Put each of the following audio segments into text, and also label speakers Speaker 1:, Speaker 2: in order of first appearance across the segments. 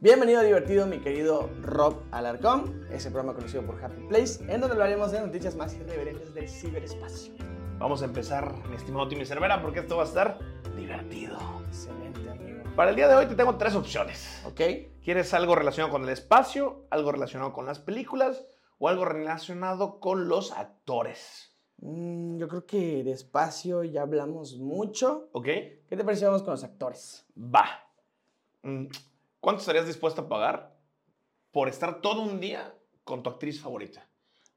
Speaker 1: Bienvenido a Divertido, mi querido Rob Alarcón, ese programa conocido por Happy Place, en donde hablaremos de noticias más irreverentes del ciberespacio.
Speaker 2: Vamos a empezar, mi estimado Timmy Cervera, porque esto va a estar divertido.
Speaker 1: Excelente, amigo.
Speaker 2: Para el día de hoy te tengo tres opciones.
Speaker 1: ¿Ok?
Speaker 2: ¿Quieres algo relacionado con el espacio, algo relacionado con las películas o algo relacionado con los actores?
Speaker 1: Mm, yo creo que despacio ya hablamos mucho.
Speaker 2: ¿Ok?
Speaker 1: ¿Qué te pareció vamos con los actores?
Speaker 2: Va. Mm, ¿Cuánto estarías dispuesta a pagar por estar todo un día con tu actriz favorita?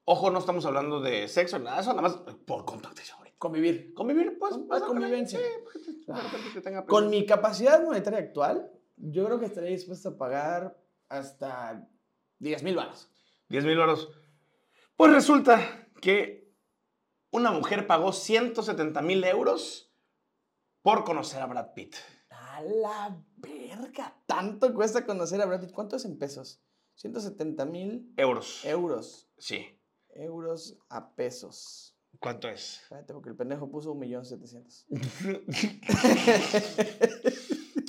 Speaker 2: Ojo, no estamos hablando de sexo, nada de eso, nada más por con tu actriz favorita.
Speaker 1: Convivir.
Speaker 2: Convivir, pues,
Speaker 1: Con-
Speaker 2: pasar con ella.
Speaker 1: convivencia.
Speaker 2: Sí, pues, de repente que tenga
Speaker 1: Con
Speaker 2: pedos.
Speaker 1: mi capacidad monetaria actual, yo creo que estaría dispuesto a pagar hasta 10 mil balas.
Speaker 2: 10 mil euros. Pues resulta que una mujer pagó 170 mil euros por conocer a Brad Pitt.
Speaker 1: A la verga, tanto cuesta conocer a Brad Pitt. ¿Cuánto es en pesos? 170 mil
Speaker 2: Euros.
Speaker 1: euros.
Speaker 2: Sí.
Speaker 1: Euros a pesos.
Speaker 2: ¿Cuánto es?
Speaker 1: Espérate, porque el pendejo puso 1.700.000.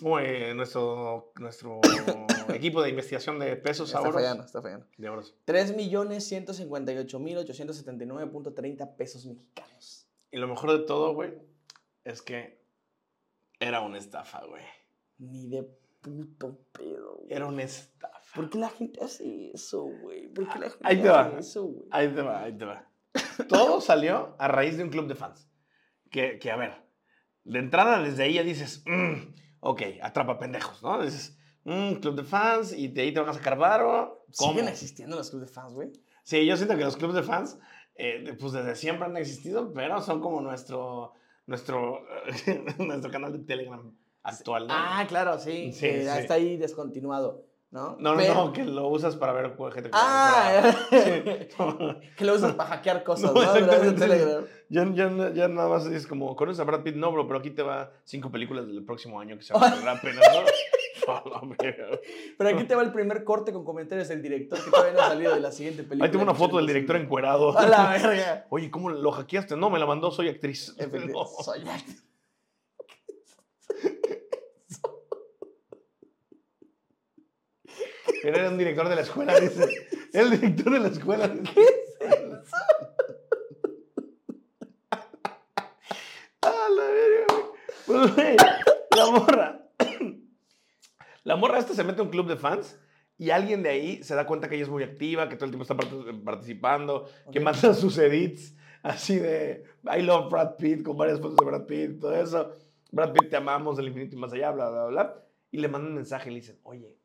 Speaker 2: Bueno, nuestro, nuestro equipo de investigación de pesos
Speaker 1: Está
Speaker 2: ahora.
Speaker 1: fallando, está fallando.
Speaker 2: De euros.
Speaker 1: 3.158.879.30 pesos mexicanos.
Speaker 2: Y lo mejor de todo, güey, es que era una estafa, güey.
Speaker 1: Ni de puto pedo, güey.
Speaker 2: Era una estafa.
Speaker 1: ¿Por qué la gente hace eso, güey? ¿Por qué la gente
Speaker 2: Ahí te
Speaker 1: hace
Speaker 2: va.
Speaker 1: eso, güey?
Speaker 2: Ahí te va, ahí te va. Todo salió a raíz de un club de fans. Que, que, a ver, de entrada desde ahí ya dices, "Mm, ok, atrapa pendejos, ¿no? Dices, "Mm, club de fans y de ahí te van a sacar varo. ¿Cómo?
Speaker 1: ¿Siguen existiendo los clubes de fans, güey?
Speaker 2: Sí, yo siento que los clubes de fans, eh, de- pues desde siempre han existido, pero son como nuestro, nuestro, nuestro canal de Telegram actual. ¿no?
Speaker 1: Ah, claro, sí.
Speaker 2: Sí,
Speaker 1: que ya
Speaker 2: sí.
Speaker 1: está ahí descontinuado, ¿no?
Speaker 2: no, no,
Speaker 1: Pero-
Speaker 2: no, que lo usas para ver gente que
Speaker 1: Ah,
Speaker 2: Sí.
Speaker 1: que lo usas para hackear cosas,
Speaker 2: No,
Speaker 1: ¿no? A través de
Speaker 2: exactamente.
Speaker 1: Telegram.
Speaker 2: Ya, ya, ya nada más es como, ¿conoces a Brad Pitt? No, bro, pero aquí te va cinco películas del próximo año que se van a valer la pena, ¿no? A la verga.
Speaker 1: Pero aquí te va el primer corte con comentarios del director que todavía no ha salido de la siguiente película.
Speaker 2: Ahí tengo una foto del director encuerado.
Speaker 1: A la verga.
Speaker 2: Oye, ¿cómo lo hackeaste? No, me la mandó, soy actriz.
Speaker 1: Efectivamente,
Speaker 2: No.
Speaker 1: soy actor.
Speaker 2: Él era un director de la escuela, dice. El director de la escuela. dice. A Ah, la verga, güey. Pues, güey, la morra. La morra esta se mete a un club de fans y alguien de ahí se da cuenta que ella es muy activa, que todo el tiempo está part- participando, que
Speaker 1: Ok.
Speaker 2: manda sus edits así de I love Brad Pitt con varias fotos de Brad Pitt, todo eso. Brad Pitt, te amamos del infinito y más allá, bla, bla, bla. Y le mandan un mensaje y le dicen, oye,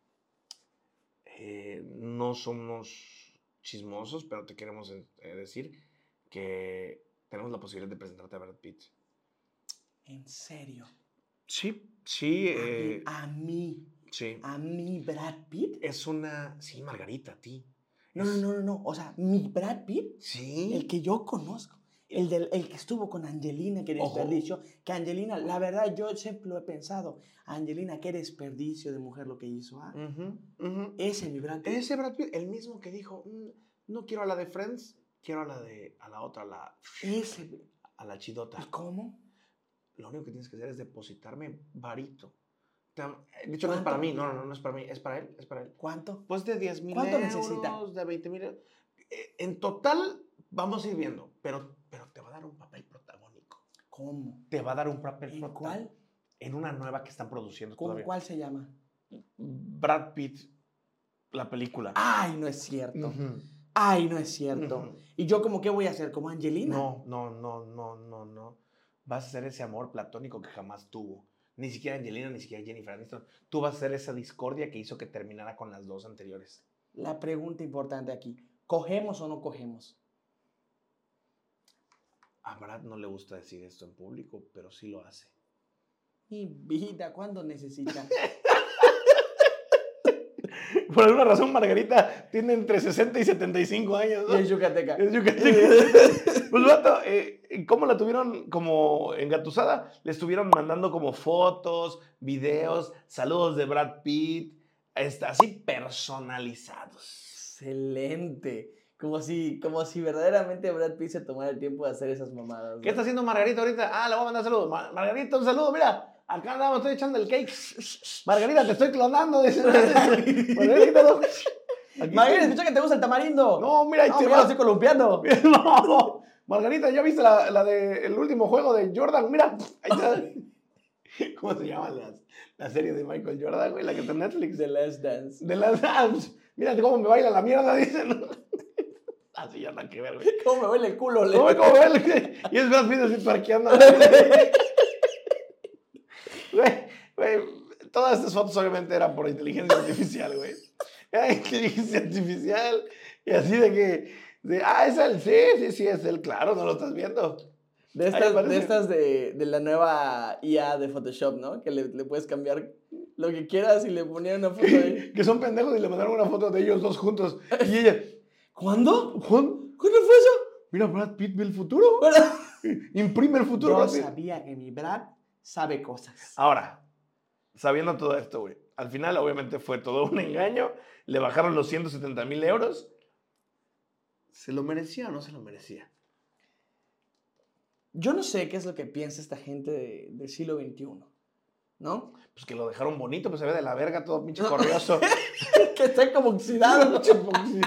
Speaker 2: eh, no somos chismosos, pero te queremos eh, decir que tenemos la posibilidad de presentarte a Brad Pitt.
Speaker 1: En serio.
Speaker 2: Sí, sí, eh,
Speaker 1: a mí,
Speaker 2: sí.
Speaker 1: a mí, Brad Pitt.
Speaker 2: ah, Es una. Sí, Margarita, a ti.
Speaker 1: No, no, no, no, no. O sea, mi Brad Pitt, el
Speaker 2: Sí.
Speaker 1: que yo conozco. El, del, el que estuvo con Angelina, que
Speaker 2: Ojo.
Speaker 1: desperdicio. Que Angelina, la verdad, yo siempre lo he pensado. Angelina, qué desperdicio de mujer lo que hizo. ah.
Speaker 2: Ujú, ujú.
Speaker 1: Ese, mi Brad Pitt.
Speaker 2: Ese Brad Pitt, el mismo que dijo: "Mm, No quiero a la de Friends, quiero a la de. a la otra, a la,
Speaker 1: Ese. ¿Y
Speaker 2: a la chidota.
Speaker 1: cómo?
Speaker 2: Lo único que tienes que hacer es depositarme varito. Te am- De hecho, no es para
Speaker 1: ¿Cuánto?
Speaker 2: mí, no, no, no, no es para mí, es para él, es para él.
Speaker 1: ¿Cuánto?
Speaker 2: Pues de 10 mil
Speaker 1: ¿Cuánto
Speaker 2: euros,
Speaker 1: necesita?
Speaker 2: de 20 mil euros. Eh, En total, vamos a ir viendo, pero, pero te va a dar un papel protagónico.
Speaker 1: ¿Cómo?
Speaker 2: Te va a dar un papel
Speaker 1: ¿En
Speaker 2: protagónico.
Speaker 1: cuál?
Speaker 2: En una nueva que están produciendo
Speaker 1: ¿Cómo
Speaker 2: todavía.
Speaker 1: cuál se llama?
Speaker 2: Brad Pitt, la película.
Speaker 1: Ay, no es cierto.
Speaker 2: Ujú.
Speaker 1: Ay, no es Ah, cierto.
Speaker 2: Ujú.
Speaker 1: ¿Y yo como qué voy a hacer? ¿Como Angelina?
Speaker 2: No, no, no, no, no, no. Vas a ser ese amor platónico que jamás tuvo. Ni siquiera Angelina, ni siquiera Jennifer Aniston. Tú vas a ser esa discordia que hizo que terminara con las dos anteriores.
Speaker 1: La pregunta importante aquí. ¿Cogemos o no cogemos?
Speaker 2: A Brad no le gusta decir esto en público, pero sí lo hace.
Speaker 1: Mi vida, ¿cuándo necesita?
Speaker 2: Por alguna razón, Margarita tiene entre 60 y 75 años.
Speaker 1: y
Speaker 2: ¿no?
Speaker 1: es yucateca.
Speaker 2: Es yucateca. pues, vato, eh, ¿cómo la tuvieron como engatusada? Le estuvieron mandando como fotos, videos, saludos de Brad Pitt, este, así personalizados.
Speaker 1: Excelente. Como si, como si verdaderamente Brad Pitt se tomara el tiempo de hacer esas mamadas.
Speaker 2: ¿Qué
Speaker 1: ¿no?
Speaker 2: está haciendo Margarita ahorita? Ah, le voy a mandar saludos. Ma- Margarita, un saludo, mira. Acá nada más estoy echando el cake. Margarita, te estoy clonando. Dice. Margarita, no. Aquí
Speaker 1: Margarita,
Speaker 2: estoy.
Speaker 1: escucha que te gusta el tamarindo.
Speaker 2: No, mira, ahí
Speaker 1: No,
Speaker 2: te
Speaker 1: mira, lo
Speaker 2: va.
Speaker 1: estoy columpiando.
Speaker 2: No. Margarita, ¿ya viste la, la del último juego de Jordan? Mira, ahí está. ¿Cómo se llama la, la serie de Michael Jordan, güey? La que está en Netflix.
Speaker 1: The Last Dance.
Speaker 2: De las Dance. Mírate cómo me baila la mierda, dicen. Así ya nada que ver, güey.
Speaker 1: ¿Cómo me huele el culo? Le-
Speaker 2: No me como él. Y es Brad Pitt así parqueando. Güey, güey. Todas estas fotos obviamente eran por inteligencia artificial, güey. Era inteligencia artificial. Y así de que. de, ah, es él. Sí, sí, sí, es él. Claro, no lo estás viendo.
Speaker 1: De
Speaker 2: Ahí
Speaker 1: estas, de,
Speaker 2: aparece.
Speaker 1: estas de, de la nueva IA de Photoshop, ¿no? Que le, le puedes cambiar lo que quieras y le ponían una foto ahí.
Speaker 2: Que son pendejos y le mandaron una foto de ellos dos juntos. Y ella,
Speaker 1: ¿Cuándo?
Speaker 2: Juan,
Speaker 1: ¿Cuándo fue eso?
Speaker 2: mira, Brad Pitt ve el futuro. Imprime el futuro.
Speaker 1: Yo
Speaker 2: Brad Pitt.
Speaker 1: sabía que mi Brad sabe cosas.
Speaker 2: Ahora, sabiendo todo esto, güey, al final obviamente fue todo un engaño, le bajaron los 170 mil euros. ¿Se lo merecía o no se lo merecía?
Speaker 1: Yo no sé qué es lo que piensa esta gente de- del siglo XXI, ¿no?
Speaker 2: Pues que lo dejaron bonito, pues se ve de la verga todo pinche corrioso.
Speaker 1: que está como oxidado.
Speaker 2: Pinche poxi.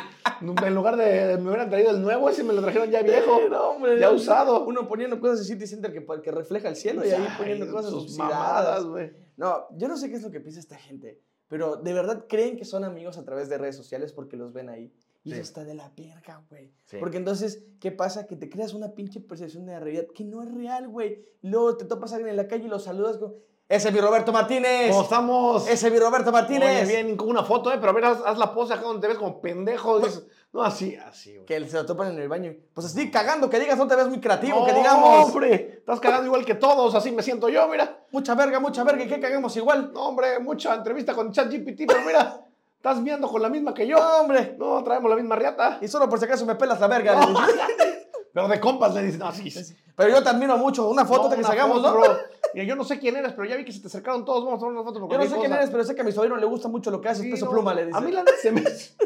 Speaker 2: en lugar de, de me hubieran traído el nuevo, ese me lo trajeron ya viejo,
Speaker 1: No, hombre,
Speaker 2: ya
Speaker 1: no.
Speaker 2: usado.
Speaker 1: Uno poniendo cosas de City Center que, pa- que refleja el cielo y ahí poniendo
Speaker 2: Ay,
Speaker 1: cosas
Speaker 2: sus
Speaker 1: oxidadas.
Speaker 2: güey.
Speaker 1: No, yo no sé qué es lo que piensa esta gente, pero de verdad creen que son amigos a través de redes sociales porque los ven ahí. Y
Speaker 2: Sí.
Speaker 1: eso está de la verga, güey.
Speaker 2: Sí.
Speaker 1: Porque entonces, ¿qué pasa? Que te creas una pinche percepción de la realidad que no es real, güey. Luego te topas a alguien en la calle y lo saludas como, ¡Ese es mi Roberto Martínez!
Speaker 2: ¿Cómo estamos?
Speaker 1: ¡Ese es mi Roberto Martínez!
Speaker 2: Oye, bien, con una foto, eh, pero a ver, haz, haz la pose acá donde te ves como pendejo. dices, no, así, así, güey.
Speaker 1: Que se lo topan en el baño. Pues así, cagando, que digas, no te ves muy creativo,
Speaker 2: No,
Speaker 1: que digamos.
Speaker 2: hombre, estás cagando igual que todos, así me siento yo, mira.
Speaker 1: Mucha verga, mucha verga, y que cagamos igual.
Speaker 2: No, hombre, mucha entrevista con ChatGPT, pero mira, estás viendo con la misma que yo.
Speaker 1: No, hombre.
Speaker 2: No, traemos la misma riata.
Speaker 1: Y solo por si acaso me pelas la verga. le dices.
Speaker 2: Pero de compas le dicen, no, sí. sí.
Speaker 1: Pero yo te admiro mucho. Una foto
Speaker 2: No,
Speaker 1: que
Speaker 2: una
Speaker 1: sacamos,
Speaker 2: foto,
Speaker 1: ¿no?
Speaker 2: bro. Mira, yo no sé quién eres, pero ya vi que se te acercaron todos, vamos a tomar una foto. por
Speaker 1: Yo no sé
Speaker 2: cualquier
Speaker 1: quién
Speaker 2: cosa.
Speaker 1: eres, pero sé que a mi sobrino le gusta mucho lo que haces,
Speaker 2: Sí,
Speaker 1: peso
Speaker 2: no.
Speaker 1: pluma, le dice.
Speaker 2: A mí la neta se me...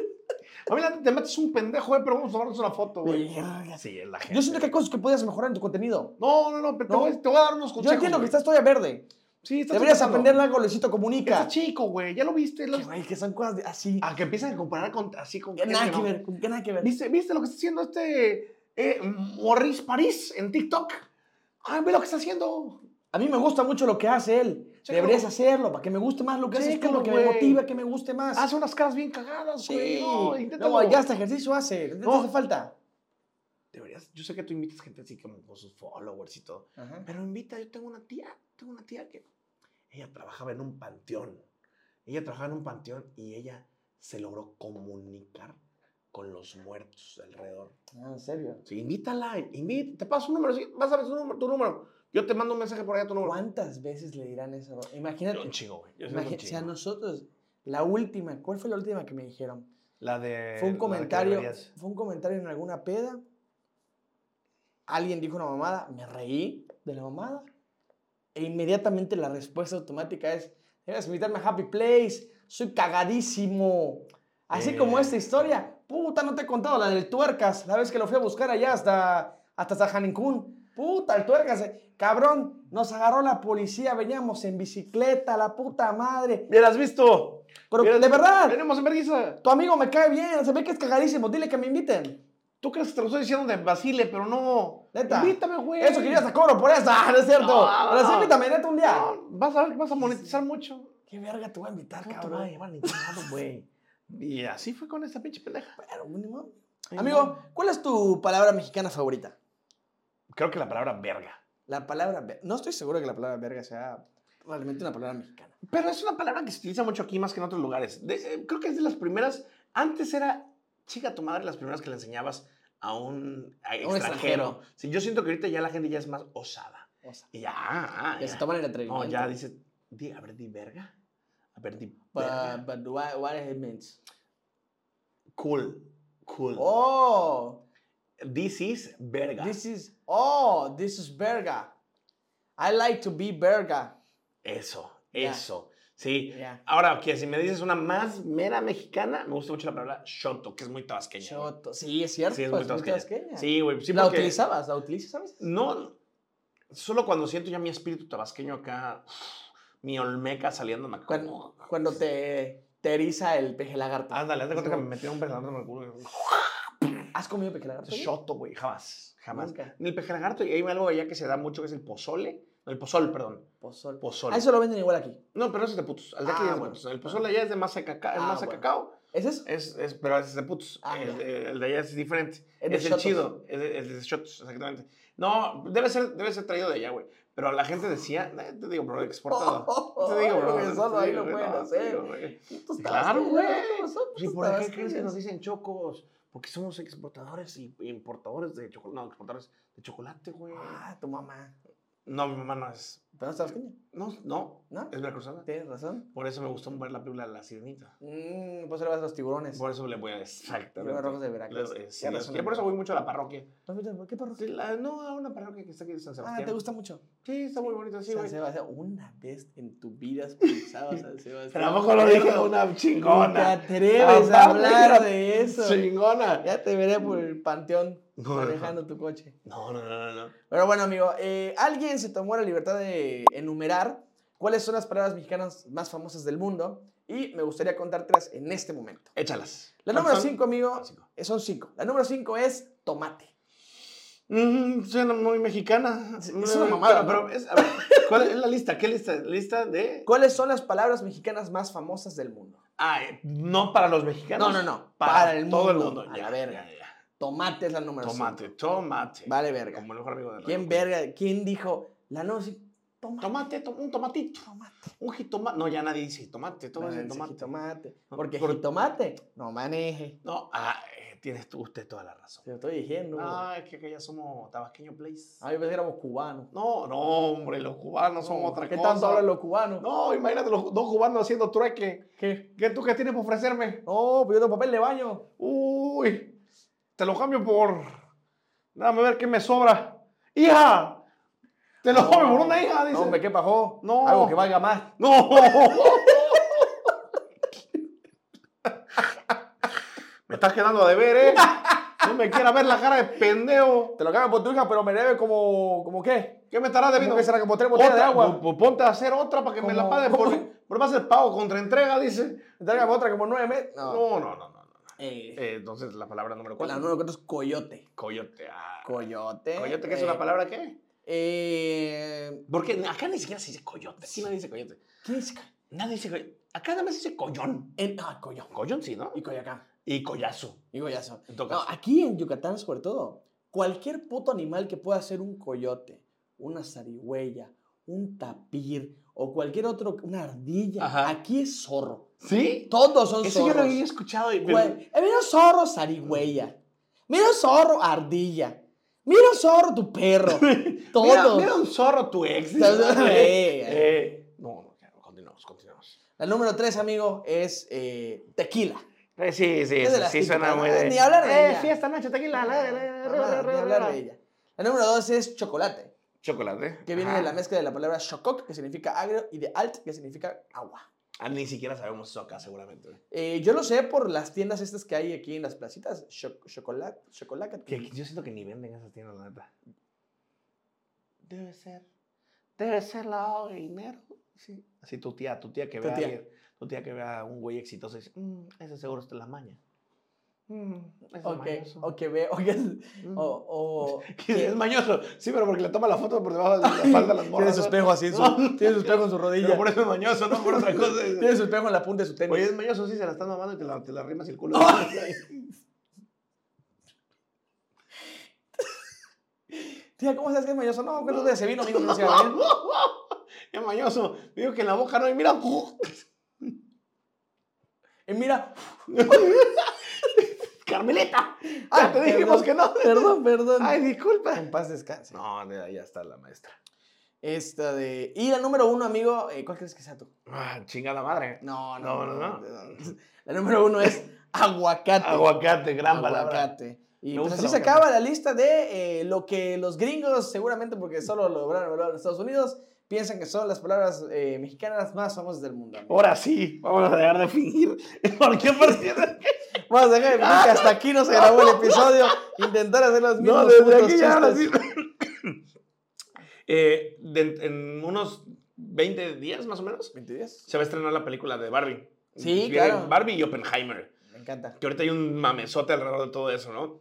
Speaker 2: A mí la neta te metes un pendejo, eh, pero vamos a tomarnos una foto, güey.
Speaker 1: Verga.
Speaker 2: Sí, es la gente.
Speaker 1: Yo siento que hay cosas que podrías mejorar en tu contenido.
Speaker 2: No, no, no, pero Te,
Speaker 1: No.
Speaker 2: voy, te voy a dar unos consejos.
Speaker 1: Yo entiendo que
Speaker 2: güey.
Speaker 1: estás todavía verde.
Speaker 2: Sí, estás
Speaker 1: Deberías
Speaker 2: empezando.
Speaker 1: aprenderle algo, a Luisito Comunica.
Speaker 2: Estás chico, güey, ya lo viste. lo-
Speaker 1: Que, güey, que son cosas de- así.
Speaker 2: A que empiezan a comparar con, así con...
Speaker 1: Que
Speaker 2: gente
Speaker 1: nada
Speaker 2: Ah, que
Speaker 1: que
Speaker 2: no-
Speaker 1: ver, con que nada que ver.
Speaker 2: ¿Viste, viste lo que está haciendo este eh, Morris París en TikTok? Ay, ve lo que está haciendo.
Speaker 1: A mí me gusta mucho lo que hace él.
Speaker 2: Chécalo.
Speaker 1: Deberías hacerlo para que me guste más lo que haces tú,
Speaker 2: Chécalo,
Speaker 1: para que me
Speaker 2: güey.
Speaker 1: motive, que me guste más.
Speaker 2: Hace unas caras bien cagadas, güey.
Speaker 1: Sí.
Speaker 2: No,
Speaker 1: No,
Speaker 2: inténtalo.
Speaker 1: ya hasta ejercicio hace. No
Speaker 2: No.
Speaker 1: hace falta.
Speaker 2: Deberías, yo sé que tú invitas gente así como con sus followers y todo. Pero invita, yo tengo una tía, tengo una tía que... Ella trabajaba en un panteón. Ella trabajaba en un panteón y ella se logró comunicar con los muertos alrededor.
Speaker 1: Ah, en serio.
Speaker 2: Sí, invítala, invita, te paso un número, sí, vas a ver tu número, tu número. Yo te mando un mensaje por allá a tu número.
Speaker 1: ¿Cuántas veces le dirán eso?
Speaker 2: Yo
Speaker 1: Imagínate,
Speaker 2: Un chingo, güey. Yo soy un
Speaker 1: imagi- si a
Speaker 2: chingo.
Speaker 1: nosotros, la última, ¿cuál fue la última que me dijeron?
Speaker 2: La de.
Speaker 1: Fue
Speaker 2: Eh, la de
Speaker 1: un
Speaker 2: que
Speaker 1: comentario,
Speaker 2: deberías.
Speaker 1: fue un comentario en alguna peda. Alguien dijo una mamada, me reí de la mamada. E inmediatamente la respuesta automática es, debes invitarme a Happy Place, soy cagadísimo. Así
Speaker 2: Eh.
Speaker 1: como esta historia, puta, no te he contado la del tuercas, la vez que lo fui a buscar allá hasta hasta Sajanincún. Puta, el tuercas, eh, cabrón, nos agarró la policía, veníamos en bicicleta, la puta madre.
Speaker 2: ¡Ya la has visto!
Speaker 1: Pero
Speaker 2: Mira,
Speaker 1: de verdad,
Speaker 2: Venimos en vergüenza.
Speaker 1: tu amigo me cae bien, se ve que es cagadísimo, dile que me inviten.
Speaker 2: Tú crees que te lo estoy diciendo de Basile, pero no.
Speaker 1: Neta.
Speaker 2: Invítame, güey.
Speaker 1: Eso querías a cobro por eso, Ah, no es cierto.
Speaker 2: No, no,
Speaker 1: Pero sí,
Speaker 2: no.
Speaker 1: invítame, neta, un día.
Speaker 2: No, vas a ver que vas a monetizar mucho.
Speaker 1: ¿Qué verga te voy a invitar,
Speaker 2: No te va a
Speaker 1: Ah, cabrón?
Speaker 2: llevar ni chingado, güey. Y así fue con esta pinche pendeja.
Speaker 1: Pero, ni modo.
Speaker 2: Ay,
Speaker 1: Amigo,
Speaker 2: no.
Speaker 1: ¿cuál es tu palabra mexicana favorita?
Speaker 2: Creo que la palabra verga.
Speaker 1: La palabra. ver- No estoy seguro que la palabra verga sea realmente una palabra mexicana.
Speaker 2: Pero es una palabra que se utiliza mucho aquí más que en otros lugares. De- eh, creo que es de las primeras. Antes era chica tu madre las primeras que le enseñabas a un, a
Speaker 1: un
Speaker 2: extranjero.
Speaker 1: extranjero.
Speaker 2: Sí, yo siento que ahorita ya la gente ya es más osada.
Speaker 1: O sea,
Speaker 2: Y ya, ah,
Speaker 1: que
Speaker 2: ya.
Speaker 1: se toman el atrevimiento.
Speaker 2: No, ya dice, di, a ver, di verga. A ver, di verga.
Speaker 1: But, but why- what it means?
Speaker 2: Cool, cool.
Speaker 1: Oh,
Speaker 2: This is verga.
Speaker 1: this is. Oh, this is verga. I like to be verga.
Speaker 2: Eso,
Speaker 1: Ya.
Speaker 2: eso. Sí.
Speaker 1: Ya.
Speaker 2: Ahora, que si me dices una más mera mexicana, me gusta mucho la palabra shoto, que es muy tabasqueña. güey.
Speaker 1: Choto. Sí, es cierto.
Speaker 2: Sí, es muy
Speaker 1: es pues, muy
Speaker 2: tabasqueña.
Speaker 1: tabasqueña.
Speaker 2: Sí, güey. Sí,
Speaker 1: ¿La
Speaker 2: porque-
Speaker 1: utilizabas? ¿La utilizas, sabes?
Speaker 2: No, solo cuando siento ya mi espíritu tabasqueño acá, uf, mi Olmeca saliendo me
Speaker 1: Cuando,
Speaker 2: acomoda.
Speaker 1: cuando te, te eriza el peje lagarto.
Speaker 2: Ándale, haz de cuenta que me metieron un pejelanto en el culo.
Speaker 1: ¿Has comido peje lagarto? güey?
Speaker 2: Shoto, güey, jamás, jamás.
Speaker 1: Nunca.
Speaker 2: En el pejelagarto y hay algo allá que se da mucho que es el pozole. No, el pozol, perdón.
Speaker 1: Pozol.
Speaker 2: Pozol.
Speaker 1: Ah, eso lo venden igual aquí.
Speaker 2: No, pero eso es de putos. Al de aquí
Speaker 1: Ah,
Speaker 2: es de
Speaker 1: bueno.
Speaker 2: putos. El pozole allá es de masa de cacao. Es
Speaker 1: Ah,
Speaker 2: masa de
Speaker 1: bueno.
Speaker 2: cacao.
Speaker 1: ¿Es eso?
Speaker 2: Es, es, pero es de putos.
Speaker 1: Ah,
Speaker 2: el,
Speaker 1: ya.
Speaker 2: de- el de allá es diferente.
Speaker 1: Es
Speaker 2: Es,
Speaker 1: de
Speaker 2: el
Speaker 1: shotos.
Speaker 2: chido. Es de, es de shotos, exactamente. No, debe ser, debe ser traído de allá, güey. Pero la gente decía, eh, te digo, bro, exportado. te digo, bro.
Speaker 1: Oh, Porque
Speaker 2: te
Speaker 1: solo ahí lo
Speaker 2: güey,
Speaker 1: pueden
Speaker 2: no, te
Speaker 1: hacer.
Speaker 2: digo, güey.
Speaker 1: Tú estabas
Speaker 2: Claro,
Speaker 1: callado,
Speaker 2: güey.
Speaker 1: nosotros
Speaker 2: Sí, ¿por
Speaker 1: estabas
Speaker 2: qué crees que nos
Speaker 1: callados.
Speaker 2: dicen chocos? Porque somos exportadores y y importadores de chocolate. No, exportadores de chocolate, güey.
Speaker 1: Ah, tu mamá.
Speaker 2: No, mi mamá no es.
Speaker 1: ¿Pero no estabas callado?
Speaker 2: No, no,
Speaker 1: ¿No?
Speaker 2: es veracruzana.
Speaker 1: Tienes razón.
Speaker 2: Por eso me gustó ver la película La Sirenita.
Speaker 1: Mm, pues ahora vas a los tiburones.
Speaker 2: Por eso le voy a
Speaker 1: Yo
Speaker 2: exactamente.
Speaker 1: veo rojos de
Speaker 2: Le-
Speaker 1: Veracruz.
Speaker 2: eh, sí,
Speaker 1: Ya
Speaker 2: Dios.
Speaker 1: razón.
Speaker 2: Yo por eso voy mucho a la parroquia.
Speaker 1: ¿No has visto? ¿Qué perro?
Speaker 2: Sí, la- no, a una parroquia que está aquí en San
Speaker 1: Ah,
Speaker 2: Sebastián.
Speaker 1: ¿te gusta mucho?
Speaker 2: Sí, está muy bonito así,
Speaker 1: San
Speaker 2: güey.
Speaker 1: Sebastián, una vez en tu vida has pensado San Sebastián.
Speaker 2: Tampoco lo dije una
Speaker 1: Ni Te
Speaker 2: chingona.
Speaker 1: atreves a
Speaker 2: Aparte,
Speaker 1: hablar
Speaker 2: era
Speaker 1: de eso.
Speaker 2: Chingona.
Speaker 1: Ya te veré por el panteón
Speaker 2: No,
Speaker 1: manejando tu coche.
Speaker 2: No, no, no, no. no.
Speaker 1: Pero bueno, amigo, eh, alguien se tomó la libertad de enumerar cuáles son las palabras mexicanas más famosas del mundo y me gustaría contártelas en este momento.
Speaker 2: Échalas.
Speaker 1: La número
Speaker 2: Son-
Speaker 1: 5, amigo,
Speaker 2: Cinco.
Speaker 1: eh, son 5. La número 5 es tomate.
Speaker 2: Mm, suena muy mexicana.
Speaker 1: Es- es una mamada,
Speaker 2: Pero,
Speaker 1: ¿no?
Speaker 2: pero es, a ver, ¿cuál es la lista? ¿Qué lista? ¿Lista de...?
Speaker 1: ¿Cuáles son las palabras mexicanas más famosas del mundo?
Speaker 2: Ah, eh, no para los mexicanos.
Speaker 1: No, no, no.
Speaker 2: Para,
Speaker 1: Para, el mundo.
Speaker 2: todo el mundo.
Speaker 1: A
Speaker 2: Ya,
Speaker 1: la verga.
Speaker 2: ya, ya.
Speaker 1: Tomate es la número 5.
Speaker 2: Tomate, tomate.
Speaker 1: Vale, verga.
Speaker 2: Como el mejor amigo de la
Speaker 1: ¿Quién verga? ¿Quién dijo? La número 5. Tomate.
Speaker 2: Tomate, to- un tomatito.
Speaker 1: Tomate.
Speaker 2: Un jitomate. No, ya nadie dice tomate. Todo es
Speaker 1: Tómate
Speaker 2: tomate.
Speaker 1: tomate.
Speaker 2: No,
Speaker 1: Porque
Speaker 2: por-
Speaker 1: jitomate no maneje.
Speaker 2: No, ah, eh, tienes tú- usted toda la razón.
Speaker 1: Te lo estoy diciendo.
Speaker 2: Ah, es que acá ya somos tabasqueño place.
Speaker 1: A mí pensé que éramos cubanos.
Speaker 2: No, no, hombre, los cubanos somos otra
Speaker 1: ¿Qué
Speaker 2: cosa.
Speaker 1: tanto hablan los cubanos?
Speaker 2: No, imagínate los dos cubanos haciendo trueque.
Speaker 1: ¿Qué?
Speaker 2: ¿Qué tú qué tienes por ofrecerme?
Speaker 1: No, pero yo tengo papel de baño.
Speaker 2: Uy, te lo cambio por. Dame ver qué me sobra. ¡Hija! Te lo cambio por una hija, dice.
Speaker 1: No, hombre, ¿qué pasó?
Speaker 2: No.
Speaker 1: Algo que valga más.
Speaker 2: ¡No! me estás quedando a deber, ¿eh? No me quieras ver la cara de pendejo.
Speaker 1: Te lo cagan por tu hija, pero me debe como... ¿Como qué?
Speaker 2: ¿Qué me estarás
Speaker 1: ¿Cómo
Speaker 2: debiendo?
Speaker 1: que será como tres botellas de agua?
Speaker 2: Pues- pues ponte a hacer otra para que me la
Speaker 1: Como-
Speaker 2: pague.
Speaker 1: como-
Speaker 2: Por, por más el pago contra entrega, dice.
Speaker 1: Tráigame otra como nueve meses. No.
Speaker 2: No, no, no, no. no.
Speaker 1: Eh,
Speaker 2: Eh, entonces, la palabra número
Speaker 1: la
Speaker 2: cuatro.
Speaker 1: número 4 es coyote.
Speaker 2: Coyote. ah.
Speaker 1: Coyote.
Speaker 2: coyote, ¿qué es
Speaker 1: eh,
Speaker 2: una palabra qué?
Speaker 1: Eh,
Speaker 2: Porque acá ni siquiera se dice coyote. Aquí nadie dice coyote.
Speaker 1: ¿Qué es? ca-
Speaker 2: Nadie dice coyote. Acá nada más se dice collón.
Speaker 1: En, ah, Coyón.
Speaker 2: Collón sí, ¿no?
Speaker 1: Y Coyacán.
Speaker 2: Y collazo.
Speaker 1: Y Goyazo.
Speaker 2: En todo
Speaker 1: No,
Speaker 2: caso.
Speaker 1: aquí en Yucatán, sobre todo, cualquier puto animal que pueda ser un coyote, una zarigüeya, un tapir o cualquier otro, una ardilla,
Speaker 2: Ajá.
Speaker 1: aquí es zorro.
Speaker 2: ¿Sí?
Speaker 1: Todos son
Speaker 2: Eso yo
Speaker 1: zorros.
Speaker 2: lo había escuchado. y-
Speaker 1: Güey, eh, mira un zorro, zarigüeya. Mira un zorro, ardilla. Mira un zorro, tu perro. Todos.
Speaker 2: Mira, mira un zorro tu ex.
Speaker 1: Entonces, eh, eh.
Speaker 2: Eh, no, no, ya, continuamos, continuamos.
Speaker 1: La número tres, amigo, es eh, tequila.
Speaker 2: Eh, sí, sí,
Speaker 1: Es de
Speaker 2: sí,
Speaker 1: las
Speaker 2: sí suena
Speaker 1: típicas,
Speaker 2: muy
Speaker 1: ¿no?
Speaker 2: de...
Speaker 1: Ni hablar de
Speaker 2: eh,
Speaker 1: ella.
Speaker 2: fiesta, noche, tequila. La, la, la,
Speaker 1: Mamá,
Speaker 2: la,
Speaker 1: ni
Speaker 2: la, la,
Speaker 1: hablar de
Speaker 2: la.
Speaker 1: ella. La número dos es chocolate.
Speaker 2: Chocolate.
Speaker 1: que viene
Speaker 2: Ajá.
Speaker 1: de la mezcla de la palabra shokok, que significa agrio, y de alt, que significa agua.
Speaker 2: Ah, ni siquiera sabemos eso acá, seguramente. güey.
Speaker 1: Eh, yo lo sé por las tiendas estas que hay aquí en las placitas, chocolate, chocolate.
Speaker 2: Que, que yo siento que ni venden esas tiendas, la neta. Debe ser. Debe ser lavado de dinero. Sí. Así tu tía, tu tía que
Speaker 1: Tu
Speaker 2: ve a
Speaker 1: tía.
Speaker 2: alguien, tu tía que ve a un güey exitoso y dice, "Mm, ese seguro está en la maña. Mm, ese es
Speaker 1: O que,
Speaker 2: mañoso.
Speaker 1: o que ve, o que,
Speaker 2: Mm.
Speaker 1: o, o
Speaker 2: Que es mañoso. Sí, pero porque le toma la foto por debajo de la espalda a las
Speaker 1: tiene
Speaker 2: morras.
Speaker 1: su
Speaker 2: ¿no?
Speaker 1: espejo así, en su, tiene su espejo en su rodilla,
Speaker 2: Pero por eso es mañoso, no por otra cosa.
Speaker 1: tiene su espejo en la punta de su
Speaker 2: Oye,
Speaker 1: tenis.
Speaker 2: es mañoso, sí, se la están mamando y te la, te la rimas el culo.
Speaker 1: Tía, ¿cómo sabes que es mañoso? No, ¿cuántos de ese vino, amigo? No se va a ver.
Speaker 2: es mañoso. Digo que en la boca no hay, mira.
Speaker 1: Y mira,
Speaker 2: Carmeleta. Ah, te
Speaker 1: perdón,
Speaker 2: dijimos que no.
Speaker 1: Perdón, perdón.
Speaker 2: Ay, disculpa.
Speaker 1: En paz descanse.
Speaker 2: No, de ahí está la maestra.
Speaker 1: Esta de, y la número uno, amigo, eh, ¿cuál crees que sea tú?
Speaker 2: Ah, chinga la madre.
Speaker 1: No,
Speaker 2: No,
Speaker 1: no,
Speaker 2: no,
Speaker 1: La número uno es aguacate.
Speaker 2: Aguacate, gran palabra.
Speaker 1: Aguacate. Y
Speaker 2: Me
Speaker 1: pues
Speaker 2: gusta
Speaker 1: así
Speaker 2: el
Speaker 1: se
Speaker 2: aguacate.
Speaker 1: acaba la lista de eh, lo que los gringos, seguramente porque solo lo lograron hablar en Estados Unidos, piensan que son las palabras eh, mexicanas más famosas del mundo. amigo.
Speaker 2: Ahora sí, vamos a dejar de fingir. Porque a partir de aquí-
Speaker 1: Vamos a dejar de fingir que hasta aquí no se grabó el episodio. Intentar hacer los mismos
Speaker 2: No, desde
Speaker 1: putos
Speaker 2: aquí ya ahora
Speaker 1: chistes.
Speaker 2: sí. Eh, de- en unos 20 días más o menos,
Speaker 1: 20 días.
Speaker 2: se va a estrenar la película de Barbie.
Speaker 1: Sí,
Speaker 2: Viene
Speaker 1: claro.
Speaker 2: Barbie y Oppenheimer.
Speaker 1: Me encanta.
Speaker 2: Que ahorita hay un mamesote alrededor de todo eso, ¿no?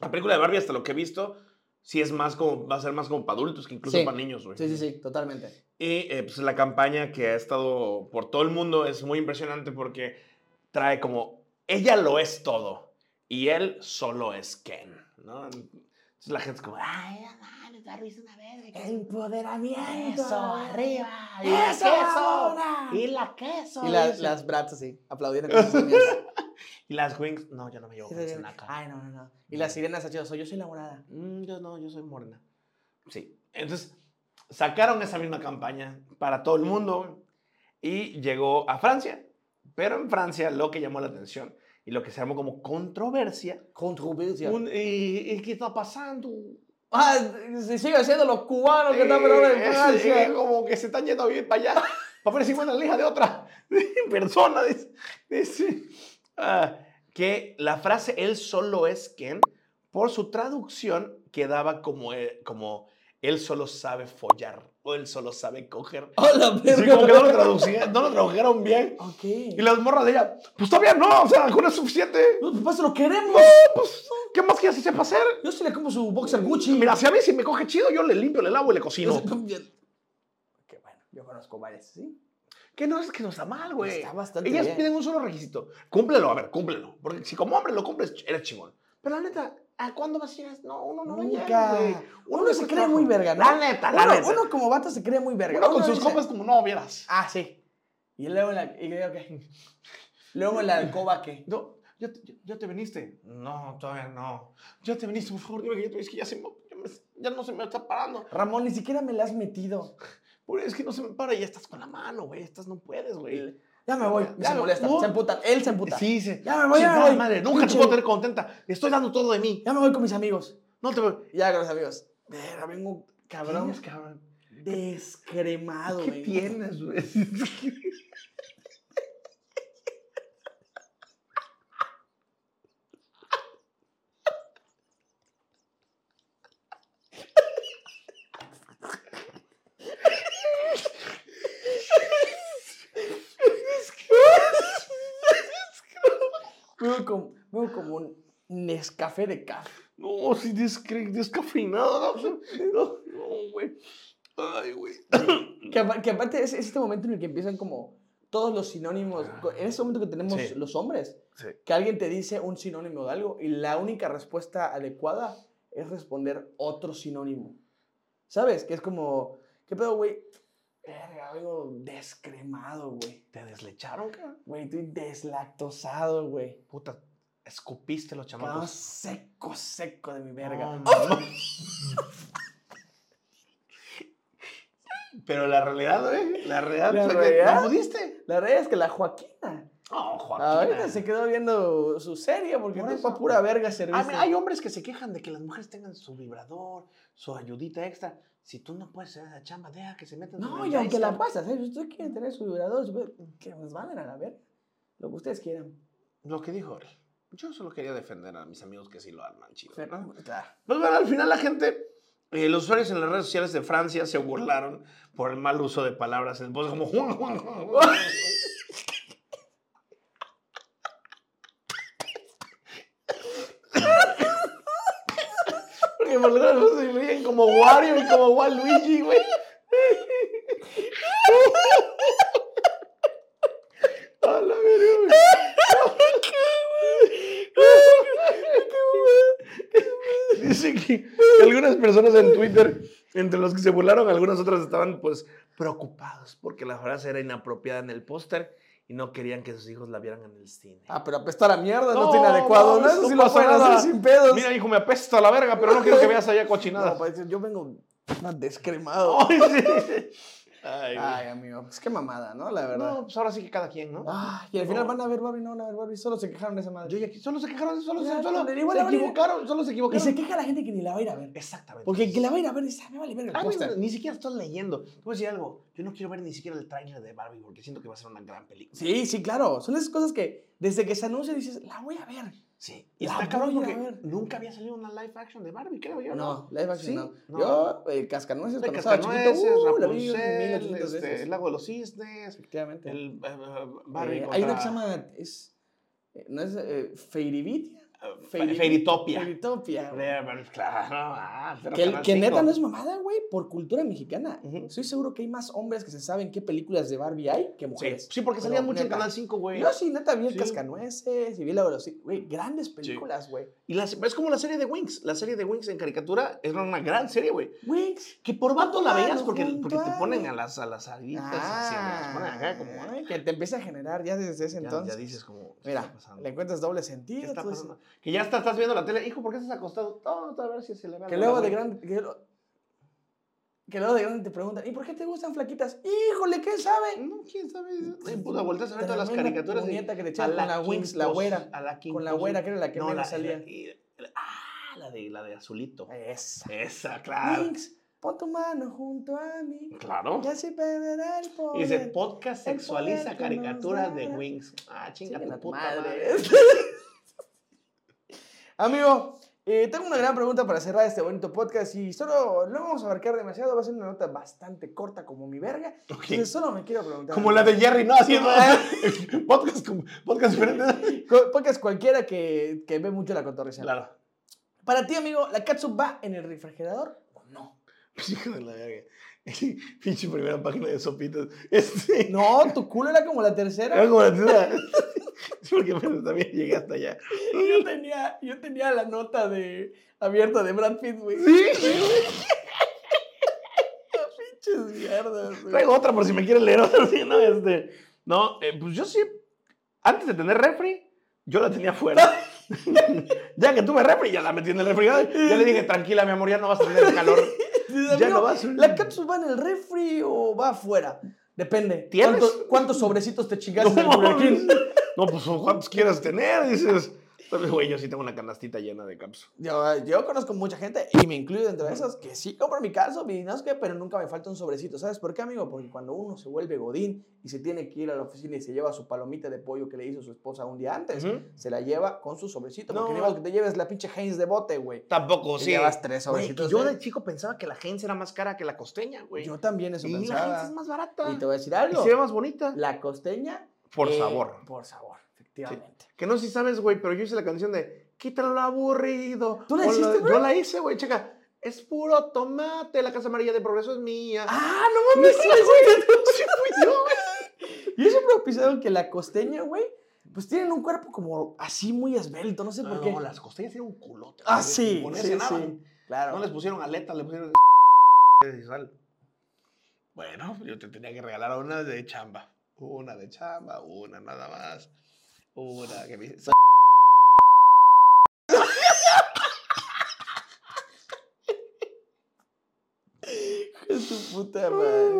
Speaker 2: La película de Barbie, hasta lo que he visto, sí es más como, va a ser más como para adultos que incluso
Speaker 1: Sí.
Speaker 2: para niños, güey.
Speaker 1: Sí, sí, sí, totalmente.
Speaker 2: Y eh, pues la campaña que ha estado por todo el mundo es muy impresionante porque trae como ella lo es todo y él solo es Ken, ¿no? Entonces la gente es como, ay, no mames, Barbie es una verga. que-
Speaker 1: Empoderamiento.
Speaker 2: Eso, arriba. Y la
Speaker 1: Eso.
Speaker 2: queso.
Speaker 1: ahora.
Speaker 2: Y la queso.
Speaker 1: Y las,
Speaker 2: dice.
Speaker 1: las brats así, aplaudiendo con sus uñas.
Speaker 2: Y las wings. No, yo no pues, me llevo
Speaker 1: Sí,
Speaker 2: wings
Speaker 1: sí,
Speaker 2: en
Speaker 1: sí.
Speaker 2: la cara.
Speaker 1: Ay, no, no, no. Y las sirenas ha soy yo soy la morada.
Speaker 2: Mm, yo no, yo soy morena. Sí. Entonces, sacaron esa misma campaña para todo el mundo y llegó a Francia. Pero en Francia lo que llamó la atención y lo que se llamó como controversia.
Speaker 1: Controversia.
Speaker 2: un, eh, eh, ¿Qué está pasando?
Speaker 1: Ah, se sigue siendo los cubanos que están pero ahora
Speaker 2: Eh,
Speaker 1: en
Speaker 2: es-
Speaker 1: Francia.
Speaker 2: es como que se están yendo a vivir para allá. Para parecer igual a la hija de otra persona. dice- dice, ah, que la frase él solo es Ken, por su traducción, quedaba como, eh, como él solo sabe follar o él solo sabe coger.
Speaker 1: Hola,
Speaker 2: Sí, como que no lo, traducían- no lo tradujeron bien.
Speaker 1: Ok.
Speaker 2: Y las morras de ella, pues está bien, no, o sea, con es suficiente.
Speaker 1: No, papá, se lo queremos.
Speaker 2: Pues, ¿Qué más que así sepa hacer?
Speaker 1: Yo sí le compro su boxer Gucci.
Speaker 2: Mira, si a mí si me coge chido, yo le limpio, le lavo y le
Speaker 1: Yo
Speaker 2: cocino.
Speaker 1: se- Qué bueno, yo conozco varias, ¿sí?
Speaker 2: Que no es que no está mal, güey.
Speaker 1: Está bastante
Speaker 2: Ellas
Speaker 1: bien.
Speaker 2: piden un solo requisito. Cúmplelo, a ver, cúmplelo. Porque si como hombre lo cumples, eres chingón. Pero la neta, ¿a cuándo vas a llegar? No, uno no
Speaker 1: Nunca.
Speaker 2: va a llegar, güey.
Speaker 1: Uno se
Speaker 2: pues,
Speaker 1: cree
Speaker 2: trabaja.
Speaker 1: muy verga, ¿no?
Speaker 2: La neta, la
Speaker 1: Uno,
Speaker 2: neta. Uno,
Speaker 1: uno como vato se cree muy verga.
Speaker 2: con
Speaker 1: Uno
Speaker 2: sus
Speaker 1: dice,
Speaker 2: compas como no vieras.
Speaker 1: Ah, sí. Y luego en la. Y creo que. Luego en la alcoba que.
Speaker 2: No, ya te, ya- ya te viniste. No, todavía no. Ya te viniste, por favor, dime que ya te viniste, que ya, se me- ya me- ya no se me está parando.
Speaker 1: Ramón, ni siquiera me la has metido.
Speaker 2: Güey, es que no se me para y ya estás con la mano, güey. Estas no puedes, güey.
Speaker 1: Ya me voy.
Speaker 2: Ya
Speaker 1: se
Speaker 2: me-
Speaker 1: molesta.
Speaker 2: no.
Speaker 1: Se emputan. Él se emputa.
Speaker 2: Sí, sí.
Speaker 1: Ya me voy, ya me
Speaker 2: Chingada
Speaker 1: voy.
Speaker 2: madre, nunca te
Speaker 1: Pinche-
Speaker 2: puedo tener contenta. Estoy dando todo de mí.
Speaker 1: Ya me voy con mis amigos.
Speaker 2: No te voy.
Speaker 1: Ya con los amigos. Verga, vengo cabrón.
Speaker 2: Tienes, cabrón?
Speaker 1: Descremado,
Speaker 2: ¿Qué
Speaker 1: vengo.
Speaker 2: tienes, güey?
Speaker 1: Vengo como, vengo como un Nescafé de café.
Speaker 2: No, sí, descre- descafeinado. No, no, no, güey. Ay, güey. Mm.
Speaker 1: Que, apa- que aparte es, es este momento en el que empiezan como todos los sinónimos.
Speaker 2: Ah.
Speaker 1: co- En ese momento que tenemos
Speaker 2: Sí.
Speaker 1: los hombres,
Speaker 2: Sí.
Speaker 1: que alguien te dice un sinónimo de algo y la única respuesta adecuada es responder otro sinónimo. ¿Sabes? Que es como, ¿qué pedo, güey? Verga, vengo descremado, güey.
Speaker 2: ¿Te deslecharon, cabrón?
Speaker 1: Güey, estoy deslactosado, güey.
Speaker 2: Puta, escupiste los
Speaker 1: Quedado
Speaker 2: chamacos.
Speaker 1: seco, seco de mi verga.
Speaker 2: No, no. Pero la realidad, güey. La realidad.
Speaker 1: ¿La
Speaker 2: fue que
Speaker 1: realidad?
Speaker 2: No pudiste.
Speaker 1: La verdad es que la Joaquina,
Speaker 2: No,
Speaker 1: ahorita
Speaker 2: Joaquín.
Speaker 1: se quedó viendo su serie porque
Speaker 2: Por
Speaker 1: no
Speaker 2: eso.
Speaker 1: fue pura verga
Speaker 2: Ah,
Speaker 1: servicio.
Speaker 2: mira, hay hombres que se quejan de que las mujeres tengan su vibrador, su ayudita extra. Si tú no puedes hacer esa chamba, deja que se metan.
Speaker 1: No, y aunque la pasas, ¿eh? Si ustedes quieren tener su vibrador, su ver- que nos manden a la verga. Lo que ustedes quieran.
Speaker 2: Lo que dijo él. Yo solo quería defender a mis amigos que sí lo arman, chido. ¿no?
Speaker 1: Claro.
Speaker 2: Pues bueno, al final la gente, eh, los usuarios en las redes sociales de Francia se burlaron por el mal uso de palabras en voz como Juan, Juan, Juan, Juan. Porque por lo menos se ríen como Wario y como Waluigi, güey. A la verga, güey. Dice que algunas personas en Twitter, entre los que se burlaron, algunas otras estaban pues preocupados porque la frase era inapropiada en el póster y no querían que sus hijos la vieran en el cine.
Speaker 1: Ah, pero apestar a mierda no,
Speaker 2: No,
Speaker 1: es inadecuado.
Speaker 2: no,
Speaker 1: No,
Speaker 2: eso
Speaker 1: eso sí lo
Speaker 2: pasa
Speaker 1: pueden
Speaker 2: nada.
Speaker 1: hacer sin pedos.
Speaker 2: Mira, hijo, me apesta a la verga, pero no quiero que veas allá
Speaker 1: No,
Speaker 2: cochinada.
Speaker 1: pa, dice, yo vengo más descremado.
Speaker 2: Ay, sí. Ay, güey.
Speaker 1: Ay, amigo, pues qué mamada, ¿no? La verdad.
Speaker 2: no, pues ahora sí que cada quien, ¿no?
Speaker 1: Ay, y al final
Speaker 2: No.
Speaker 1: van a ver Barbie, no van a ver Barbie. Solo se quejaron de esa madre.
Speaker 2: Yo ya aquí- solo se quejaron, solo,
Speaker 1: Ya,
Speaker 2: se, solo
Speaker 1: pero
Speaker 2: se
Speaker 1: igual ahora-
Speaker 2: equivocaron, solo se
Speaker 1: y
Speaker 2: equivocaron.
Speaker 1: se queja la gente que ni la va a ir a ver.
Speaker 2: Exactamente.
Speaker 1: Porque el que la va a ir a ver dice, "Ah, me vale verga
Speaker 2: Ah,
Speaker 1: el
Speaker 2: mira,
Speaker 1: póster.
Speaker 2: ni siquiera estás leyendo. Te voy a decir algo. Yo no quiero ver ni siquiera el tráiler de Barbie porque siento que va a ser una gran película.
Speaker 1: Sí, sí, claro. Son esas cosas que desde que se anuncia dices, la voy a ver.
Speaker 2: Sí. Y
Speaker 1: La
Speaker 2: está cabrón
Speaker 1: voy a
Speaker 2: porque
Speaker 1: ver.
Speaker 2: nunca había salido una live action de Barbie, creo yo.
Speaker 1: No, live action
Speaker 2: Sí,
Speaker 1: no.
Speaker 2: no.
Speaker 1: Yo, eh, Cascanueces,
Speaker 2: De
Speaker 1: cuando estaba chiquito,
Speaker 2: Cascanueces,
Speaker 1: uh, la vi
Speaker 2: Rapunzel,
Speaker 1: 1800
Speaker 2: este,
Speaker 1: veces.
Speaker 2: El Lago de los Cisnes,
Speaker 1: Efectivamente.
Speaker 2: el eh, eh, Barbie
Speaker 1: Eh,
Speaker 2: contra...
Speaker 1: hay una que se llama, es, eh, ¿no es eh, Feiribitia?
Speaker 2: eh, Fe-
Speaker 1: Feiri-
Speaker 2: Fairytopia.
Speaker 1: Feiritopia. güey.
Speaker 2: Eh, pero, Claro, ah, pero
Speaker 1: Que,
Speaker 2: Canal
Speaker 1: que neta
Speaker 2: cinco.
Speaker 1: no es mamada, güey, por cultura mexicana.
Speaker 2: Ujú.
Speaker 1: Estoy seguro que hay más hombres que se saben qué películas de Barbie hay que
Speaker 2: Sí,
Speaker 1: mujeres.
Speaker 2: sí, porque salía
Speaker 1: Pero,
Speaker 2: mucho en
Speaker 1: neta.
Speaker 2: Canal 5, güey.
Speaker 1: Yo sí, neta, vi el
Speaker 2: Sí.
Speaker 1: Cascanueces y vi la velocidad. Güey, grandes películas, güey.
Speaker 2: Y las- es como la serie de Wings. La serie de Wings en caricatura era una gran serie, güey.
Speaker 1: Wix.
Speaker 2: Que por vato la
Speaker 1: Claro,
Speaker 2: veías porque, porque te
Speaker 1: puntual.
Speaker 2: ponen a las, a las
Speaker 1: pues,
Speaker 2: alitas así, güey, las ponen acá como...
Speaker 1: ay, que te empieza a generar Ah. ya desde ese
Speaker 2: Ya,
Speaker 1: entonces.
Speaker 2: ya dices como... ¿qué
Speaker 1: Mira,
Speaker 2: está
Speaker 1: pues".
Speaker 2: pasando?
Speaker 1: le encuentras doble
Speaker 2: ¿Qué
Speaker 1: sentido.
Speaker 2: está
Speaker 1: tú dices-
Speaker 2: pasando? Que ya está- estás viendo la tele. Hijo, ¿por qué estás acostado? No, a ver si se le ve
Speaker 1: Que
Speaker 2: la
Speaker 1: luego de
Speaker 2: bola, güey.
Speaker 1: grande. Que, lo- que luego de grande te preguntan, ¿y por qué te gustan flaquitas? ¡Híjole, qué sabe!
Speaker 2: No, quién sabe. Ay, puta, volteas a ver todas las
Speaker 1: Tremenda
Speaker 2: caricaturas. y-
Speaker 1: puñeta que le echaban con la Wings, la
Speaker 2: quincos-
Speaker 1: güera.
Speaker 2: A la
Speaker 1: Con la
Speaker 2: quincos-
Speaker 1: güera, que era la que
Speaker 2: No,
Speaker 1: menos
Speaker 2: la,
Speaker 1: salía.
Speaker 2: la- y- ah, la de, la de azulito.
Speaker 1: Esa.
Speaker 2: Esa, claro.
Speaker 1: Wings, pon tu mano junto a mí.
Speaker 2: Claro.
Speaker 1: Ya se perderá el
Speaker 2: Y dice,
Speaker 1: poder.
Speaker 2: podcast
Speaker 1: el
Speaker 2: sexualiza
Speaker 1: poder que nos
Speaker 2: caricaturas de
Speaker 1: da".
Speaker 2: Wings. Ah, chinga
Speaker 1: Chinguen a
Speaker 2: tu
Speaker 1: tu
Speaker 2: puta
Speaker 1: madre.
Speaker 2: madre.
Speaker 1: Amigo, eh, tengo una gran pregunta para cerrar este bonito podcast y solo no vamos a abarcar demasiado, va a ser una nota bastante corta como mi verga.
Speaker 2: Ok.
Speaker 1: Entonces solo me quiero preguntar.
Speaker 2: Como la de Jerry, no, así ¿no? podcast, como- podcast diferente.
Speaker 1: Co- Podcast cualquiera que, que ve mucho la cotorriza.
Speaker 2: Claro.
Speaker 1: Para ti, amigo, ¿la catsup va en el refrigerador o no?
Speaker 2: Hijo de la verga. Pinche primera página de sopitas. Este.
Speaker 1: No, tu culo era como la tercera.
Speaker 2: Era como la tercera. Sí, porque bueno, también llegué hasta allá.
Speaker 1: Yo tenía, yo tenía la nota de abierta de Brad Pitt, güey. Pinches mierdas, güey.
Speaker 2: Traigo otra por si me quieren leer otra. sí, no, este. No, eh, pues yo sí. Antes de tener refri, yo la tenía fuera. ya que tuve refri, ya la metí en el refrigerador. Ya le dije, tranquila, mi amor, ya no vas a tener calor.
Speaker 1: Dices,
Speaker 2: ya
Speaker 1: "Amigo,
Speaker 2: no vas.
Speaker 1: ¿La cápsula va en el refri o va afuera? Depende.
Speaker 2: ¿Tienes?
Speaker 1: ¿Cuántos, cuántos sobrecitos te chingaste en el
Speaker 2: No,
Speaker 1: Burger King?
Speaker 2: no, pues cuántos quieras tener, dices. Entonces, Güey, yo sí tengo una canastita llena de capsu.
Speaker 1: Yo, yo conozco mucha gente, y me incluyo dentro de esas, que sí compro mi calzo, mi no sé qué, pero nunca me falta un sobrecito. ¿Sabes por qué, amigo? Porque cuando uno se vuelve godín y se tiene que ir a la oficina y se lleva su palomita de pollo que le hizo su esposa un día antes, se la lleva con su sobrecito. Porque
Speaker 2: No.
Speaker 1: ni modo que te lleves la pinche Heinz de bote, güey.
Speaker 2: Tampoco,
Speaker 1: Y
Speaker 2: sí.
Speaker 1: Llevas tres
Speaker 2: Güey,
Speaker 1: sobrecitos.
Speaker 2: que yo
Speaker 1: de-
Speaker 2: de chico pensaba que la gente era más cara que la costeña, güey.
Speaker 1: yo también eso
Speaker 2: y la gente es
Speaker 1: pensaba.
Speaker 2: más barata.
Speaker 1: Y te voy a decir
Speaker 2: Y
Speaker 1: algo.
Speaker 2: se ve más bonita.
Speaker 1: La costeña.
Speaker 2: Por
Speaker 1: eh,
Speaker 2: sabor.
Speaker 1: Por sabor, efectivamente.
Speaker 2: Que no sé si sabes, güey, pero yo hice la canción de Quítalo lo aburrido.
Speaker 1: ¿Tú la
Speaker 2: O
Speaker 1: hiciste, güey?
Speaker 2: Yo la hice, güey, checa. Es puro tomate, la casa amarilla de progreso es mía.
Speaker 1: ¡Ah, no mames!
Speaker 2: Sí,
Speaker 1: güey!
Speaker 2: Sí, fui yo, güey.
Speaker 1: Y yo siempre he pensado que la costeña, güey, pues tienen un cuerpo como así muy esbelto, no sé por qué.
Speaker 2: Ah, No, las costeñas eran un culote.
Speaker 1: Ah,
Speaker 2: güey.
Speaker 1: sí,
Speaker 2: Con
Speaker 1: sí,
Speaker 2: ese nada.
Speaker 1: sí. Claro.
Speaker 2: No les pusieron aletas, le pusieron de sal. Bueno, yo te tenía que regalar una de chamba. Una de chamba, una nada más. Una que me dice.
Speaker 1: Hijo de su
Speaker 2: Ah.
Speaker 1: puta madre.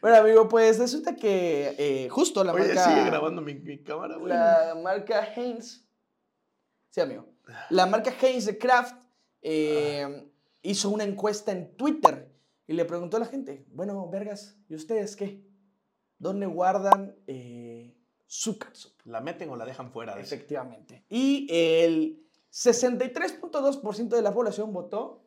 Speaker 1: Bueno, amigo, pues resulta que eh, justo la
Speaker 2: Oye,
Speaker 1: marca...
Speaker 2: sigue grabando mi, mi cámara, güey.
Speaker 1: La marca Heinz. Sí, amigo. La marca Heinz de Kraft eh, hizo una encuesta en Twitter y le preguntó a la gente, bueno, vergas, ¿y ustedes qué? ¿Dónde guardan eh, su catsup?
Speaker 2: ¿La meten o la dejan fuera? dice.
Speaker 1: Efectivamente. Y el 63.2% de la población votó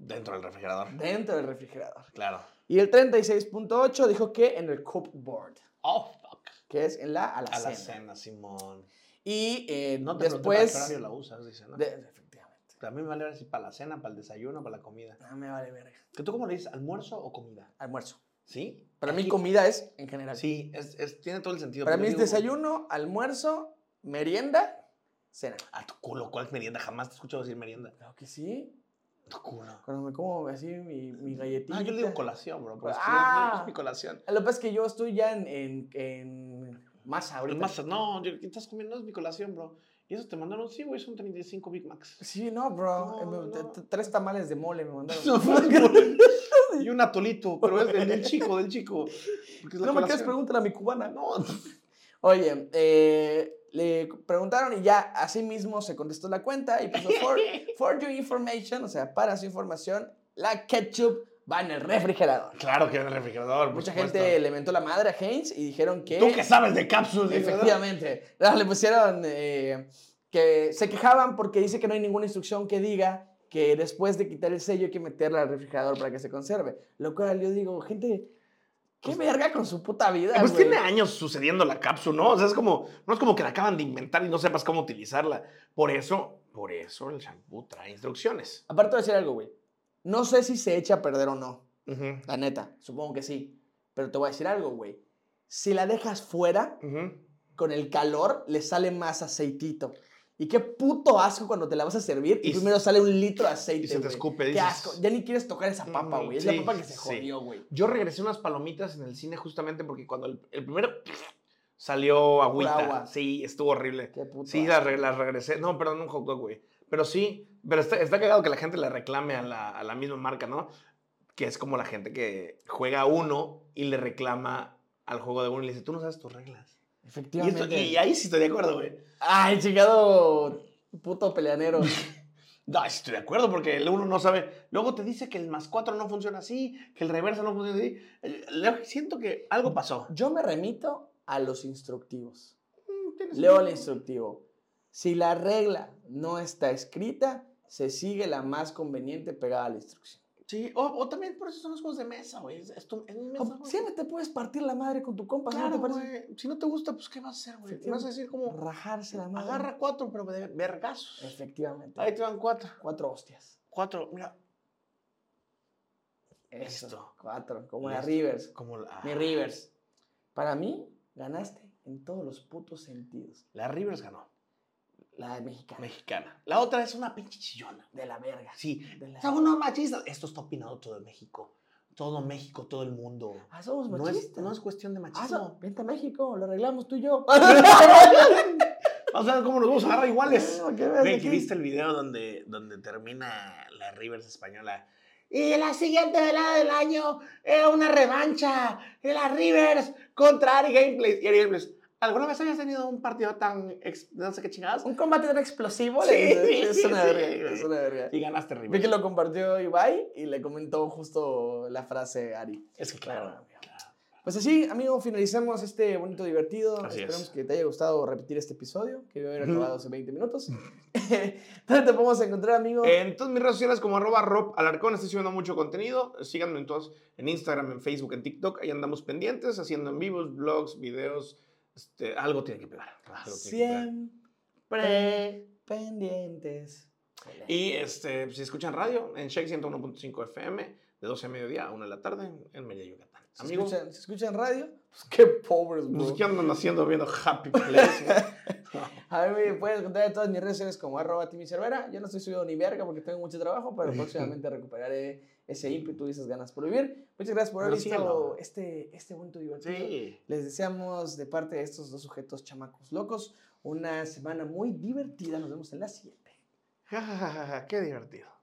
Speaker 2: Dentro del refrigerador.
Speaker 1: dentro del refrigerador.
Speaker 2: Claro.
Speaker 1: Y el 36.8% dijo que en el cupboard,
Speaker 2: Oh, fuck.
Speaker 1: que es en la
Speaker 2: A
Speaker 1: alacena.
Speaker 2: la cena, Simón.
Speaker 1: Y eh,
Speaker 2: No te pregunté para qué
Speaker 1: después...
Speaker 2: horario la usas, dice, ¿no?
Speaker 1: de- efectivamente.
Speaker 2: A mí me vale ver si para la cena, para el desayuno, para la comida.
Speaker 1: No Ah, me vale verga.
Speaker 2: ¿Que tú cómo le dices? ¿Almuerzo o comida?
Speaker 1: Almuerzo.
Speaker 2: ¿Sí?
Speaker 1: Para mí
Speaker 2: Aquí-
Speaker 1: comida es en general.
Speaker 2: Sí, es, es- tiene todo el sentido.
Speaker 1: Para
Speaker 2: porque
Speaker 1: mí es
Speaker 2: digo,
Speaker 1: desayuno, almuerzo, merienda, cena.
Speaker 2: A tu culo, ¿cuál merienda? Jamás te he escuchado decir merienda.
Speaker 1: Claro que sí.
Speaker 2: A tu culo.
Speaker 1: Cuando me como así mi, mi galletita.
Speaker 2: No, yo le digo colación, bro. Porque es que
Speaker 1: Ah.
Speaker 2: es, es mi colación.
Speaker 1: Lo que pasa es que yo estoy ya en, en, en masa ahorita.
Speaker 2: Más, no, yo- ¿qué estás comiendo? No es mi colación, bro. Y eso te mandaron, sí, güey, son 35 Big Macs.
Speaker 1: Sí, no, bro.
Speaker 2: No,
Speaker 1: Eh, me-
Speaker 2: no,
Speaker 1: t-
Speaker 2: no.
Speaker 1: t- Tres tamales de mole me mandaron.
Speaker 2: No, no, y un atolito, pero es del, del chico, del chico. Porque es la
Speaker 1: no me quieres
Speaker 2: colación.
Speaker 1: preguntar a mi cubana.
Speaker 2: No,
Speaker 1: Oye, eh, le preguntaron y ya así mismo se contestó la cuenta y puso for, for your information, o sea, para su información, la ketchup va en el refrigerador.
Speaker 2: Claro que en el refrigerador. por
Speaker 1: Mucha
Speaker 2: supuesto.
Speaker 1: gente le mentó la madre a Heinz y dijeron que...
Speaker 2: "Ah, Tú que sabes de cápsulas, de verdad?
Speaker 1: Efectivamente. Le pusieron eh, que se quejaban porque dice que no hay ninguna instrucción que diga que después de quitar el sello hay que meterla al refrigerador para que se conserve. Lo cual yo digo, gente, qué
Speaker 2: Pues-
Speaker 1: verga con su puta vida.
Speaker 2: Pues
Speaker 1: güey?
Speaker 2: tiene años sucediendo la cápsula, ¿no? O sea, es como, no es como que la acaban de inventar y no sepas cómo utilizarla. Por eso, por eso el shampoo trae instrucciones.
Speaker 1: Aparte voy a decir algo, güey. No sé si se echa a perder o no. La neta, supongo que sí. Pero te voy a decir algo, güey. Si la dejas fuera,
Speaker 2: Ujú.
Speaker 1: con el calor le sale más aceitito. Y qué puto asco cuando te la vas a servir y,
Speaker 2: Y-
Speaker 1: primero sale un litro de aceite.
Speaker 2: Y se te
Speaker 1: güey.
Speaker 2: escupe,
Speaker 1: Qué
Speaker 2: dices.
Speaker 1: asco. Ya ni quieres tocar esa papa,
Speaker 2: Mm,
Speaker 1: güey. Es la
Speaker 2: sí,
Speaker 1: papa que se
Speaker 2: sí.
Speaker 1: jodió, güey.
Speaker 2: Yo regresé unas palomitas en el cine justamente porque cuando el, el primero salió agüita.
Speaker 1: agua.
Speaker 2: Sí, estuvo horrible.
Speaker 1: Qué puto
Speaker 2: Sí,
Speaker 1: asco.
Speaker 2: las re- las regresé. No, perdón, un hot dog, güey. Pero sí, pero está, está cagado que la gente le reclame a la, a la misma marca, ¿no? Que es como la gente que juega a uno y le reclama al juego de uno y le dice, tú no sabes tus reglas. Y, esto-
Speaker 1: Efectivamente.
Speaker 2: y ahí sí estoy de acuerdo, güey.
Speaker 1: Ay, chingado puto peleanero.
Speaker 2: No, sí estoy de acuerdo porque el uno no sabe. Luego te dice que el más cuatro no funciona así, que el reversa no funciona así. Eh, Leo, Siento que algo pasó.
Speaker 1: Yo me remito a los instructivos.
Speaker 2: Mm, tienes-
Speaker 1: Leo el instructivo. Si la regla no está escrita, se sigue la más conveniente pegada a la instrucción.
Speaker 2: Sí, o, o también por eso son los juegos de mesa, güey. Es, es tu- es mi mesa,
Speaker 1: O-
Speaker 2: güey.
Speaker 1: Siempre te puedes partir la madre con tu compa, ¿no
Speaker 2: Claro,
Speaker 1: te parece?
Speaker 2: güey. Si no te gusta, pues ¿qué vas a hacer, güey? Vas a decir como,
Speaker 1: Rajarse la madre.
Speaker 2: agarra cuatro, pero de vergazos.
Speaker 1: Efectivamente.
Speaker 2: Ahí te van cuatro.
Speaker 1: Cuatro hostias.
Speaker 2: Cuatro, mira,
Speaker 1: Eso.
Speaker 2: Listo.
Speaker 1: Cuatro. Como la
Speaker 2: Listo. Ah.
Speaker 1: Rivers.
Speaker 2: como la...
Speaker 1: Mi Rivers. Para mí, ganaste en todos los putos sentidos.
Speaker 2: La Rivers ganó,
Speaker 1: La de mexicana.
Speaker 2: mexicana. La otra es una pinche chillona.
Speaker 1: de la verga.
Speaker 2: Sí,
Speaker 1: De la-
Speaker 2: son unos machistas. Esto está opinado todo México. Todo México, todo el mundo.
Speaker 1: Ah, somos
Speaker 2: No es,
Speaker 1: machistas.
Speaker 2: no es cuestión de
Speaker 1: Ah,
Speaker 2: machismo.
Speaker 1: so- vente a México, lo arreglamos tú y yo.
Speaker 2: Vamos a ver cómo nos vamos a agarrar iguales.
Speaker 1: No, ¿qué ves
Speaker 2: Güey,
Speaker 1: aquí?
Speaker 2: ¿que ¿viste el video donde, donde termina la Rivers española? Y la siguiente velada del año era una revancha de la Rivers contra Ari Gameplays. Y Ari Gameplays, ¿alguna vez habías tenido un partido tan ex- no sé qué chingadas?
Speaker 1: Un combate tan explosivo.
Speaker 2: Sí,
Speaker 1: le-
Speaker 2: sí,
Speaker 1: es
Speaker 2: sí,
Speaker 1: una
Speaker 2: sí, pues.
Speaker 1: verga.
Speaker 2: güey.
Speaker 1: Es una verga.
Speaker 2: Y ganaste
Speaker 1: Vi
Speaker 2: Rivers.
Speaker 1: que lo compartió Ibai y le comentó justo la frase Ari.
Speaker 2: Es que claro. claro.
Speaker 1: Pues así, amigo, finalicemos este bonito divertido.
Speaker 2: Así
Speaker 1: Esperemos
Speaker 2: es.
Speaker 1: que te haya gustado repetir este episodio, que debe haber
Speaker 2: Ujú.
Speaker 1: acabado hace 20 minutos. ¿Dónde te podemos encontrar, amigo?
Speaker 2: En todas mis redes sociales como arroba Rob Alarcón estoy subiendo mucho contenido. Síganme en todas, en Instagram, en Facebook, en TikTok. Ahí andamos pendientes, haciendo en vivos, blogs, videos. Este, algo tiene que pegar. algo tiene que pegar.
Speaker 1: Siempre pendientes.
Speaker 2: Y este, si escuchan radio, en Shake 101.5 FM, de 12 a mediodía a 1 de la tarde, en Mérida, Yucatán.
Speaker 1: Si
Speaker 2: Amigos,
Speaker 1: escuchan, si escuchan radio, pues qué pobres,
Speaker 2: pues,
Speaker 1: bro.
Speaker 2: ¿qué andan haciendo viendo Happy Place?
Speaker 1: A mí me pueden encontrar en todas mis redes sociales como arroba Timmy Cervera. Yo no estoy subido ni verga porque tengo mucho trabajo, pero próximamente recuperaré ese ímpetu y esas ganas por vivir. Muchas gracias por haber
Speaker 2: Pero síganlo.
Speaker 1: visto este, este bonito divertido.
Speaker 2: sí.
Speaker 1: Les deseamos de parte de estos dos sujetos chamacos locos una semana muy divertida. Nos vemos en la siguiente.
Speaker 2: Ja, ja, ja, ja, ja, qué divertido.